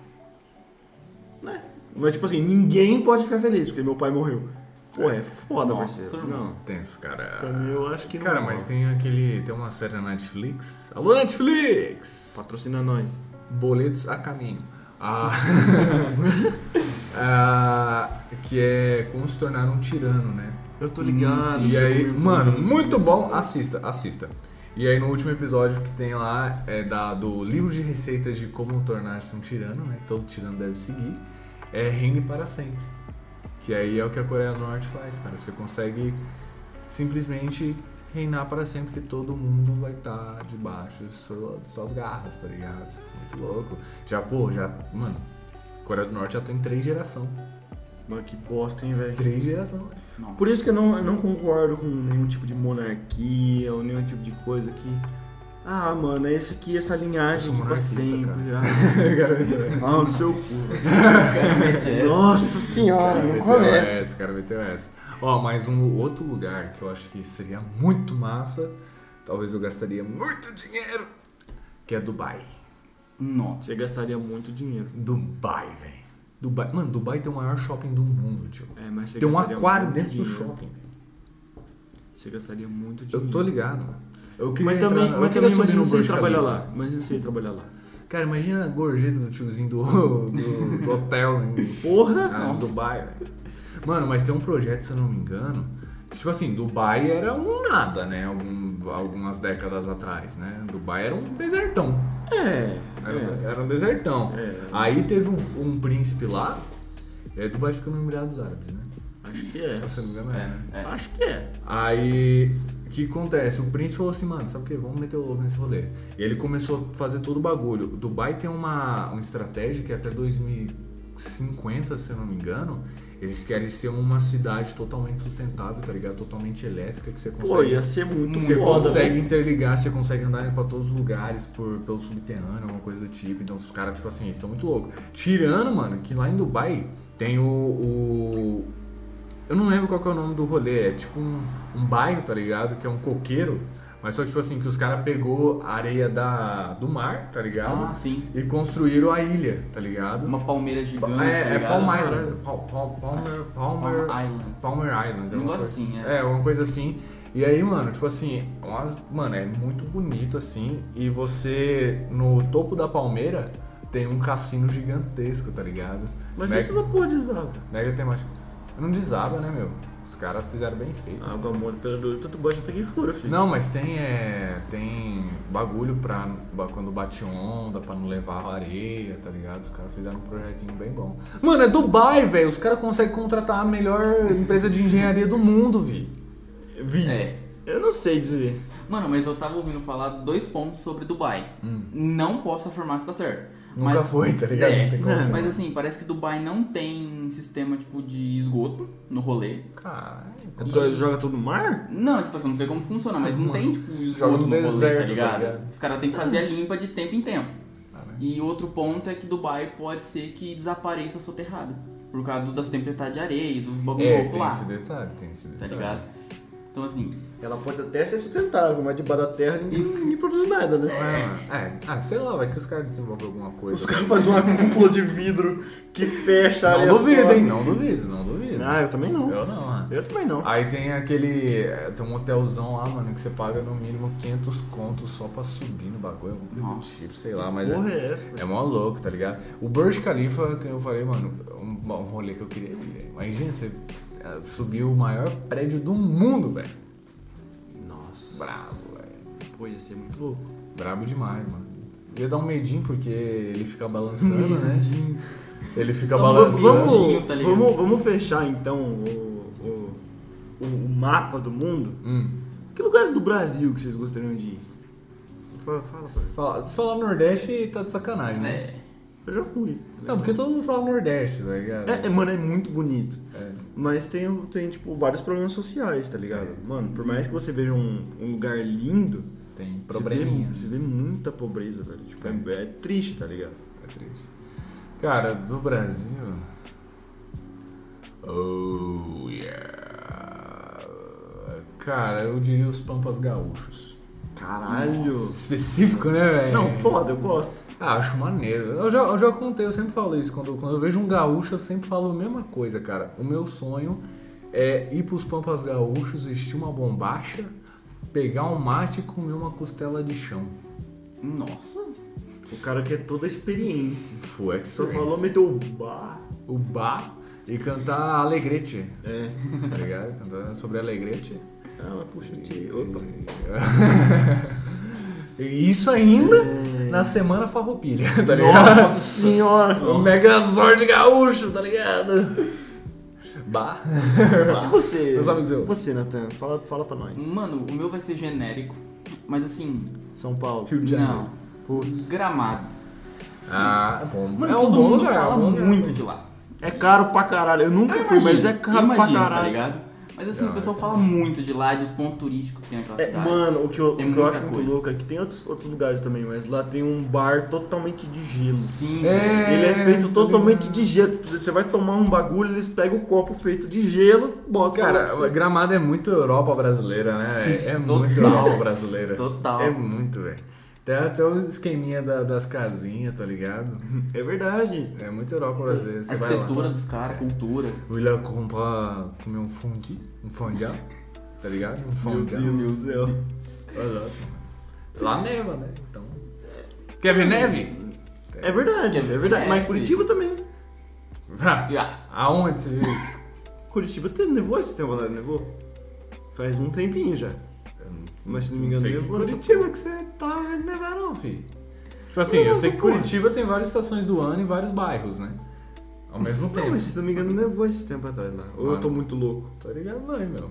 B: Né? Mas tipo assim, ninguém pode ficar feliz, porque meu pai morreu. Pô, é foda,
C: Nossa,
B: parceiro.
C: irmão.
B: Não.
A: Tenso,
B: Pra
A: cara.
B: mim, eu acho que não.
A: Cara, mas tem aquele. Tem uma série na Netflix. Alô, Netflix!
B: Patrocina nós.
A: Boletos a caminho. Ah, Ah, que é como se tornar um tirano, né?
B: Eu tô ligado.
A: Hum, E
B: eu
A: aí,
B: sei como eu tô
A: mano,
B: ligado,
A: muito
B: eu sei
A: bom.
B: como eu tô
A: Assista, assista. E aí no último episódio que tem lá é da, do livro de receitas de como tornar-se um tirano, né? que Todo tirano deve seguir. É reine para sempre. Que aí é o que a Coreia do Norte faz, cara. Você consegue simplesmente reinar para sempre, que todo mundo vai estar debaixo de sua- de suas garras, tá ligado? Muito louco. Já, pô, já. Mano, Coreia do Norte já tem três gerações.
B: Mano, que bosta, hein, velho.
A: Três gerações.
C: Nossa.
B: Por isso que eu não, eu não concordo com nenhum tipo de monarquia ou nenhum tipo de coisa que. Ah, mano, é esse aqui, essa linhagem tipo
A: Eu sou
B: que pra
A: monarquista,
B: sempre.
A: cara.
B: Ah,
A: Garoto.
B: ah, no seu cu. velho.
C: Realmente é.
B: Nossa senhora, Ah, não
A: meteu
B: começa.
A: essa, cara, meteu essa. Ó, mas um outro lugar que eu acho que seria muito massa, talvez eu gastaria muito dinheiro, que é Dubai.
C: Nossa.
B: Você gastaria muito dinheiro.
A: Dubai, velho. Dubai. Mano, Dubai tem o maior shopping do mundo, tio.
B: É, mas você
A: Tem um
B: gastaria
A: aquário
B: muito
A: dentro do
B: dinheiro.
A: shopping, velho.
B: Você gastaria muito dinheiro.
A: Eu tô ligado, mano. Eu queria
B: Mas também,
A: entrar- eu
B: mas
A: queria
B: também
A: subir
B: imagina
A: no
B: você
A: Burj
B: trabalhar
A: Khalifa.
B: lá. Imagina você trabalhar lá.
A: Cara, imagina a gorjeta do tiozinho do, do, do hotel em
B: Porra!
A: Ah,
C: Nossa.
A: Dubai, velho. Mano, mas tem um projeto, se eu não me engano, que, tipo assim, Dubai era um nada, né? Algum- algumas décadas atrás, né? Dubai era um desertão.
B: É.
A: Era, era um desertão. Aí teve um, um príncipe lá, e aí Dubai ficou no Emirados Árabes, né?
B: Acho que é.
A: Se eu não me engano, é, né?
C: É.
B: Acho que é.
A: Aí, o que acontece? O príncipe falou assim, mano, sabe o que? Vamos meter o louco nesse rolê. E ele começou a fazer todo o bagulho. Dubai tem uma, uma estratégia que é até 2050, se eu não me engano, eles querem ser uma cidade totalmente sustentável, tá ligado? Totalmente elétrica, que você consegue...
B: Pô, ia ser muito
A: Você
B: foda.
A: consegue
B: velho.
A: interligar, você consegue andar pra todos os lugares por, pelo subterrâneo, alguma coisa do tipo. Então os caras, tipo assim, estão muito loucos. Tirando, mano, que lá em Dubai tem o. o- eu não lembro qual que é o nome do rolê. É tipo um, um bairro, tá ligado? Que é um coqueiro. Mas só que, tipo assim, que os caras pegou a areia da, do mar, tá ligado?
C: Ah, sim.
A: E construíram a ilha, tá ligado?
C: Uma palmeira gigante. tá
A: é, é
C: ligado?
A: Palm Island. Pal- Pal- Palmer, Palmer,
C: Palm Island.
A: Palmer Island.
C: Um
A: né? alguma
C: negócio
A: coisa.
C: assim, é.
A: É, uma coisa assim. E aí, mano, tipo assim, umas- mano, é muito bonito assim. E você, no topo da palmeira, tem um cassino gigantesco, tá ligado?
B: Mas
A: Mega,
B: isso não pode usar.
A: mega temático. Não desaba, né, meu? Os caras fizeram bem feito.
B: Ah, o amor, pelo dúvida, tanto bosta até que fura, filho.
A: Não, mas tem é, tem bagulho pra ba- quando bate onda, pra não levar areia, tá ligado? Os caras fizeram um projetinho bem bom. Mano, é Dubai, velho. Os caras conseguem contratar a melhor empresa de engenharia do mundo, vi.
B: Vi.
C: É.
B: Eu não sei dizer.
C: Mano, mas eu tava ouvindo falar dois pontos sobre Dubai. Não posso afirmar se tá
A: Hum.
C: certo.
A: Nunca
C: mas...
A: foi, tá ligado?
C: É,
A: Não tem como.
C: mas assim, parece que Dubai não tem sistema tipo de esgoto no rolê.
A: Caralho.
B: Então, joga tudo no mar?
C: Não, tipo assim, não sei como funciona, mas não
A: Mano,
C: tem tipo esgoto
A: joga
C: no
A: no
C: rolê,
A: deserto,
C: tá
A: tá
C: ligado?
A: ligado? Ah, né?
C: Os caras têm que fazer a limpa de tempo em tempo.
A: Caralho.
C: E outro ponto é que Dubai pode ser que desapareça soterrado. Por causa do- das tempestades de areia e dos bagulho
A: É,
C: louco
A: tem
C: um lá.
A: esse detalhe, tem esse
C: Tá
A: detalhe.
C: ligado? Então assim,
B: Ela pode até ser sustentável, mas debaixo da terra ninguém, ninguém produz nada, né?
A: É, mano. É, ah, sei lá, vai que os caras desenvolvem alguma coisa.
B: Os caras fazem uma cúpula de vidro que fecha a
A: Não
B: área
A: duvido,
B: só. né?
A: hein? Não duvido, não duvido.
B: Ah, eu também não.
A: Eu não, mano.
B: Eu também não.
A: Aí tem aquele. Tem um hotelzão lá, mano, que você paga no mínimo 500 contos só pra subir no bagulho. alguma coisa do
C: Nossa,
A: tipo, sei lá, mas. é-
B: Porra, é essa?
A: É mó louco, tá ligado? O Burj Khalifa, que eu falei, mano, um, um rolê que eu queria ir, velho. Imagina você eh, subir o maior prédio do mundo, velho.
B: Nossa.
A: Bravo, velho.
B: Pô, ia ser muito louco.
A: Brabo demais, mano. Ia dar um medinho porque ele fica balançando, né? Ele fica
C: Só
A: balançando.
B: vamos,
C: Sozinho, tá ligado?
B: vamos, vamos fechar então o, o- o- o mapa do mundo.
A: Hum.
B: Que lugares do Brasil que vocês gostariam de ir? Fala, fala, fala.
A: Fala- se falar Nordeste, tá de sacanagem, né?
C: É.
B: Eu já fui.
A: Não, porque todo mundo fala Nordeste, tá ligado?
B: É, é, mano, é muito bonito.
A: É.
B: Mas tem, o- tem, tipo, vários problemas sociais, tá ligado? Mano, por mais que você veja um, um lugar lindo,
A: Tem
B: você vê-
A: probleminha.
B: Você vê, muita pobreza, velho. Tipo, é, é triste, tá ligado?
A: É triste. Cara, do Brasil. Oh yeah. Cara, eu diria os Pampas Gaúchos.
B: Caralho!
A: Específico, né, velho?
B: Não, foda, eu gosto.
A: Ah, acho maneiro. Eu já, eu já contei, eu sempre falo isso. Quando, quando eu vejo um gaúcho, eu sempre falo a mesma coisa, cara. O meu sonho é ir pros Pampas Gaúchos, vestir uma bombacha, pegar um mate e comer uma costela de chão.
C: Nossa.
B: O cara quer toda a experiência.
A: Full
B: Só
A: experience.
B: falou, meteu o bar.
A: o bar e cantar Alegrete.
B: É.
A: tá ligado? Cantando sobre Alegrete.
B: Ah, mas puxa, tio. Opa.
A: E isso ainda na semana farroupilha, tá ligado?
B: É. Nossa senhora!
A: O Megazord gaúcho, tá ligado? Bah.
B: E você?
A: Meus amigos, eu.
B: Você, Natan, fala, fala pra nós.
C: Mano, o meu vai ser genérico. Mas assim.
B: São Paulo.
A: Rio de Janeiro.
C: Não.
B: Putz.
C: Gramado.
A: Ah, bom.
C: Mano,
A: é um
C: todo
A: bom
C: mundo
A: lugar,
C: fala
A: bom lugar.
C: muito de lá.
B: É caro pra caralho. Eu nunca fui, mas é caro
C: imagino,
B: pra
C: tá
B: caralho.
C: ligado? Mas assim,
A: Não,
C: o pessoal
A: é.
C: fala muito de lá e dos pontos turísticos que tem naquela
B: É,
C: cidade.
B: mano, o que eu, o
C: É
B: que eu
C: muita
B: acho muito
C: coisa.
B: louco é que tem outros, outros lugares também, mas lá tem um bar totalmente de gelo.
C: Sim.
A: É.
B: Ele é feito
A: tá
B: totalmente
A: ligado.
B: de gelo. Você vai tomar um bagulho, eles pegam o copo feito de gelo, botam pra
A: Cara,
B: você.
A: Gramado é muito Europa brasileira, né?
C: assim. Sim,
A: velho? é
C: total.
A: muito Europa brasileira.
C: Total.
A: É muito, velho. Tem até o esqueminha da- das casinhas, tá ligado?
B: é verdade.
A: É muito Europa brasileira.
C: A
A: Você vai lá.
C: arquitetura dos caras, cultura.
A: Eu ia comprar comer um fundi, um fondiá, tá ligado? Um
B: Meu
A: fondiá.
B: Deus do céu.
A: Olha lá. Lá neva, né? Então. Quer ver neve?
B: É verdade, é verdade. Mas Curitiba também.
A: Ha!
C: Ah,
A: Aonde você viu isso?
B: Curitiba te- nevou esse tempo lá, nevou? Faz um tempinho já. Mas se não me engano,
A: sei que
B: nevou. nessa
A: Curitiba que você tá vendo nevar não, filho. Tipo assim, eu sei que Curitiba tem várias estações do ano e vários bairros, né? Ao mesmo
B: Não,
A: tempo.
B: mas se não me engano, nevou esse tempo atrás lá. Ou eu tô
A: Mano.
B: muito louco.
A: Tá ligado não, hein, meu?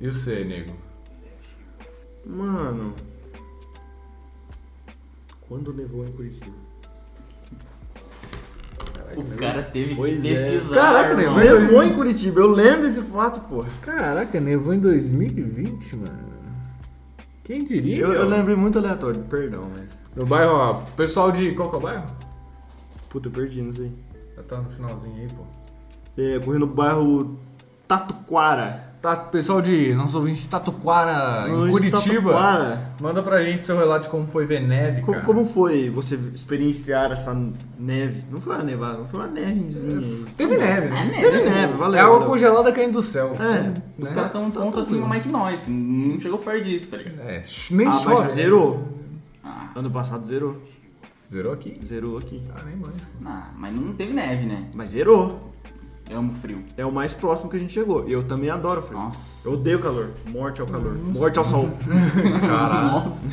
A: E você, nego?
B: Mano. Quando nevou em Curitiba?
C: o cara teve
B: Pois
C: que
B: é.
C: pesquisar.
A: Caraca, né?
C: irmão.
A: Vai
B: nevou em Curitiba, eu lembro desse fato, porra.
A: Caraca, nevou em 2020, mano. Quem diria?
B: Eu, eu lembrei muito aleatório, perdão, mas.
A: No bairro, ó, pessoal de qual que é o bairro?
B: Puta, eu perdi, não sei.
A: Já tá no finalzinho aí, pô.
B: É, corri no bairro Tatuquara.
A: Tá, pessoal de nosso ouvinte de Tatuquara,
B: No
A: em
B: oeste de
A: Curitiba.
B: Tatuquara.
A: Manda pra gente seu relato de como foi ver neve,
B: Co-
A: cara.
B: Como foi você experienciar essa neve? Não foi uma nevada, não foi uma nevezinha.
A: Teve neve,
C: É
A: né?
C: neve.
B: Teve neve, valeu.
A: É água
B: valeu.
A: congelada caindo do céu.
B: É,
C: Os
A: né?
C: caras tão um ponto acima mais que nós, que não chegou perto disso, tá ligado?
A: É, sh- nem
B: Ah, mas
A: chove.
B: já zerou.
C: Ah,
B: Ano passado zerou.
A: Zerou aqui?
B: Zerou aqui.
A: Ah, nem manja.
C: não, mas não teve neve, né?
B: Mas zerou.
C: Eu amo frio.
B: É o mais próximo que a gente chegou. E eu também adoro frio.
C: Nossa.
B: Eu odeio calor. Morte ao calor. Morte ao sol.
A: Caralho.
C: Nossa.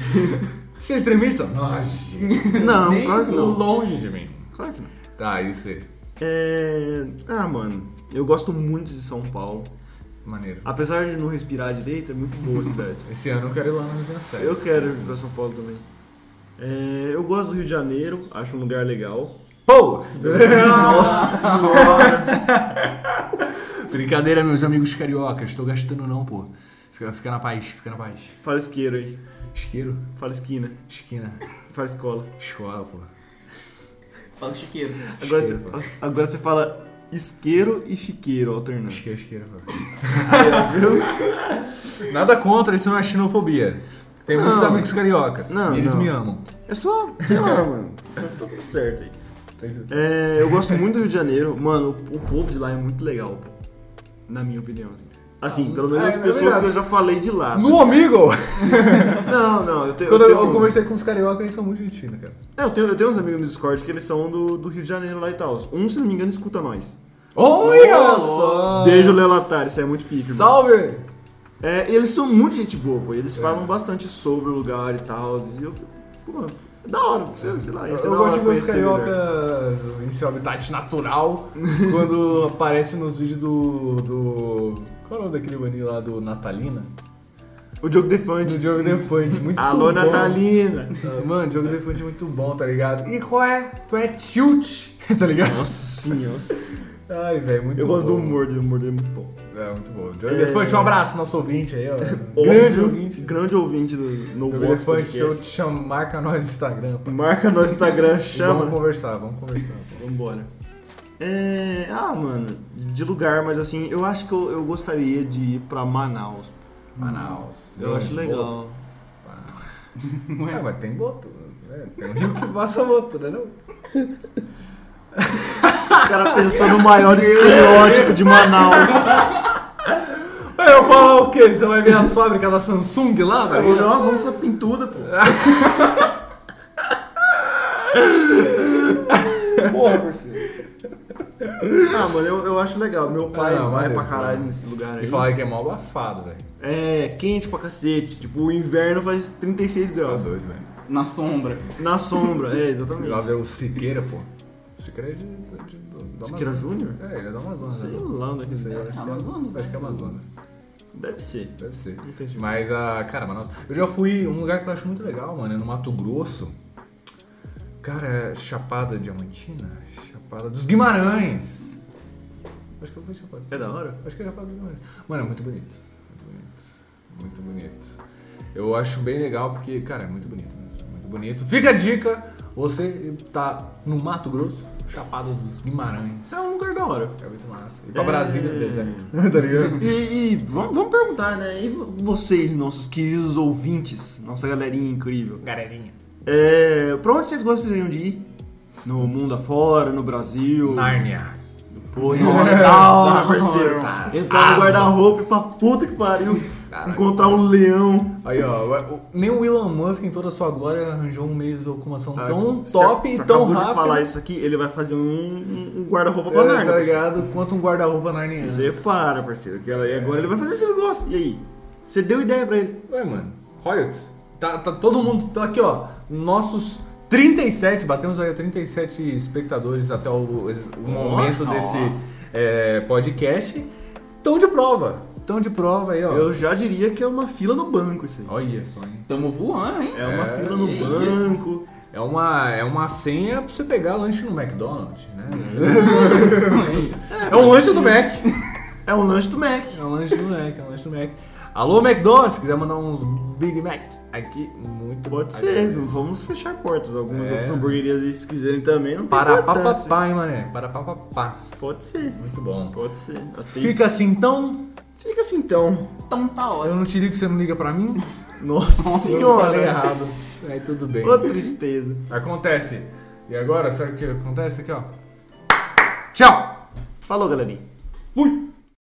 A: Você é extremista? Nossa.
B: Não,
A: Nem
B: claro que não.
A: Longe de mim.
B: Claro que não.
A: Tá, e você?
B: É... Ah, mano. Eu gosto muito de São Paulo.
A: Maneiro.
B: Apesar de não respirar direito, é muito boa a cidade.
A: Esse ano eu quero ir lá nas minhas férias.
B: Eu quero ir pra São Paulo também. É, eu gosto do Rio de Janeiro, acho um lugar legal.
A: Pô!
B: Nossa senhora!
A: Brincadeira, meus amigos cariocas. Tô gastando não, pô. Fica, fica na paz, fica na paz.
B: Fala isqueiro aí.
A: Isqueiro,
B: Fala esquina.
A: esquina,
B: Fala escola.
A: escola, pô.
C: Fala chiqueiro.
B: Agora, você,
A: Isqueiro,
B: agora você fala isqueiro e chiqueiro alternando.
A: Isqueiro, isqueiro, pô.
B: É, Viu?
A: Nada contra, isso não é xenofobia. Tem muitos
B: Não.
A: amigos cariocas.
B: Não,
A: e eles
B: não.
A: me amam.
B: É só, sei lá, mano. Tá tá tudo certo aí. É, eu gosto muito do Rio de Janeiro. Mano, o, o povo de lá é muito legal. Na minha opinião, assim. Assim, pelo menos
A: É,
B: as
A: é
B: pessoas
A: verdade.
B: que eu já falei de lá.
A: No amigo!
B: Não, não, eu tenho.
A: Quando eu,
B: tenho-
A: eu conversei com os cariocas, eles são muito gente fina, cara.
B: É, eu tenho, eu tenho uns amigos no Discord que eles são do, do Rio de Janeiro lá e tal. Um, se não me engano, escuta nós.
A: Olha
C: Nossa!
A: só!
B: Beijo, Lelatar, isso é muito pique. mano.
A: Salve!
B: É, e eles são muito gente boa, pô. Eles falam bastante sobre o lugar e tal. E eu fico, pô, é da hora, sei, sei lá.
A: Eu,
B: ia ser da hora
A: gosto de ver os
B: conhecer né? melhor.
A: cariocas em seu habitat natural, quando aparece nos vídeos do, do... Qual é o nome daquele maninho lá do Natalina?
B: O Diogo
A: Do
B: Defante.
A: Diogo Defante, muito
B: Alô,
A: bom.
B: Natalina.
A: Mano, Diogo Defante é muito bom, tá ligado? E qual é? Tu é tilt, tá ligado?
B: Sim, ó.
A: Ai, velho, muito
B: Eu
A: bom.
B: gosto do humor dele, o humor dele é muito bom.
A: É, muito bom. Diogo
B: É.
A: Defante, um abraço, nosso ouvinte aí, ó. Grande
B: Óbvio,
A: ouvinte.
B: Grande ouvinte do No
A: Diogo
B: Box
A: Defante, se eu
B: Podcast.
A: te chamar, marca nós no Instagram, pá.
B: Marca nós no Instagram, chama.
A: Vamos conversar, vamos conversar. pô.
B: Vambora. É, ah, mano, de lugar, mas assim, eu acho que eu, eu gostaria de ir pra Manaus.
A: Manaus.
B: Eu acho legal.
A: Não é, mas tem boto. né? Tem um rio que passa boto, né? Não?
B: O cara pensou no maior estereótipo de Manaus.
A: É, Eu vou falar o quê? Você vai ver as fábricas da Samsung lá,
B: Eu vou dar umas onças pintudas, pô.
C: Porra, parceiro.
B: Ah, mano, eu, eu acho legal. Meu pai
A: Ah, não,
B: vai
A: maneiro,
B: pra caralho
A: maneiro.
B: nesse lugar aí.
A: E falaram que é mó abafado, velho.
B: É, quente pra cacete. Tipo, o inverno faz 36
A: Tá
B: graus.
A: doido, velho.
C: Na sombra.
B: Na sombra, é,
A: Lá
B: exatamente.
A: vê o Siqueira, pô. Siqueira é de. de- do- do
B: Siqueira
A: Amazonas.
B: Júnior?
A: É, ele é do Amazonas.
B: Sei
A: né?
B: lá onde é que isso aí
A: Eu
B: é.
A: acho que é-
C: Amazonas,
A: Acho que é
C: é.
A: Amazonas.
B: Deve ser.
A: Deve ser.
B: Entendi.
A: Mas a. Cara, mas nossa. Eu já fui. Um lugar que eu acho muito legal, mano, é no Mato Grosso. Cara, é Chapada Diamantina? Chapada dos Guimarães! Acho que eu fui em Chapada.
B: É da hora?
A: Acho que é Chapada dos Guimarães. Mano, é muito bonito. Muito bonito. Muito bonito. Eu acho bem legal porque, cara, é muito bonito mesmo. É muito bonito. Fica a dica! Você tá no Mato Grosso, Chapada dos Guimarães.
B: É um lugar da hora.
A: É muito massa. E pra
B: É.
A: Brasília, no deserto. tá ligado?
B: E, e vamos, vamos perguntar, né? E vo- vocês, nossos queridos ouvintes, nossa galerinha incrível,
A: Galerinha.
B: é, pra onde vocês gostariam de ir? No mundo afora, no Brasil?
A: Nárnia.
B: Pô, nossa, da hora,
C: Da
B: parceiro.
A: hora.
B: Entrar no
A: Asma.
B: guarda-roupa e pra puta que pariu.
A: Caralho.
B: Encontrar um leão.
A: Aí, ó, o- nem o Elon Musk em toda a sua glória arranjou um meio de locomoção tão
B: Ah, você-
A: top
B: você
A: e tão
B: acabou de
A: rápido.
B: falar isso aqui, ele vai fazer um, um- um guarda-roupa pra
A: é,
B: Narnia.
A: tá
B: parceiro.
A: ligado? Quanto um guarda-roupa narniano.
B: Você para, parceiro. Que ela- e agora ele vai fazer esse negócio. E aí? Você deu ideia pra ele.
A: Ué, mano, royalties. Tá, tá todo mundo, tá aqui, ó, nossos 37, batemos aí 37 espectadores até o, es- o momento desse é, podcast. Tão de prova, tão de prova aí, ó.
B: Eu já diria que é uma fila no banco isso aí.
A: Olha só, hein.
C: Tamo voando, hein?
B: É uma
A: É,
B: fila no
C: que
B: banco.
A: É uma, é uma senha pra você pegar lanche no McDonald's, né? é um lanche do Mac.
B: É um lanche do Mac.
A: É um lanche do Mac, é um lanche do Mac. Alô, McDonald's, se quiser mandar uns Big Mac aqui, muito
B: Pode ser.
A: agradeço.
B: Vamos fechar portas. Algumas
A: É.
B: outras hamburguerias aí, se quiserem também, não tem
A: Para
B: importância.
A: papapá, hein, mané? Para papapá.
B: Pode ser.
A: Muito bom.
B: Pode ser. Assim. Fica,
A: Fica assim então.
B: assim então.
C: Então tá
A: Eu
C: ótimo.
A: não te ligo, você não liga pra mim?
B: Nossa,
A: Eu falei
B: senhora.
A: errado. Aí tudo bem.
B: Ô tristeza.
A: Acontece. E agora, sabe o que acontece aqui, ó? Tchau!
B: Falou, galerinha.
C: Fui!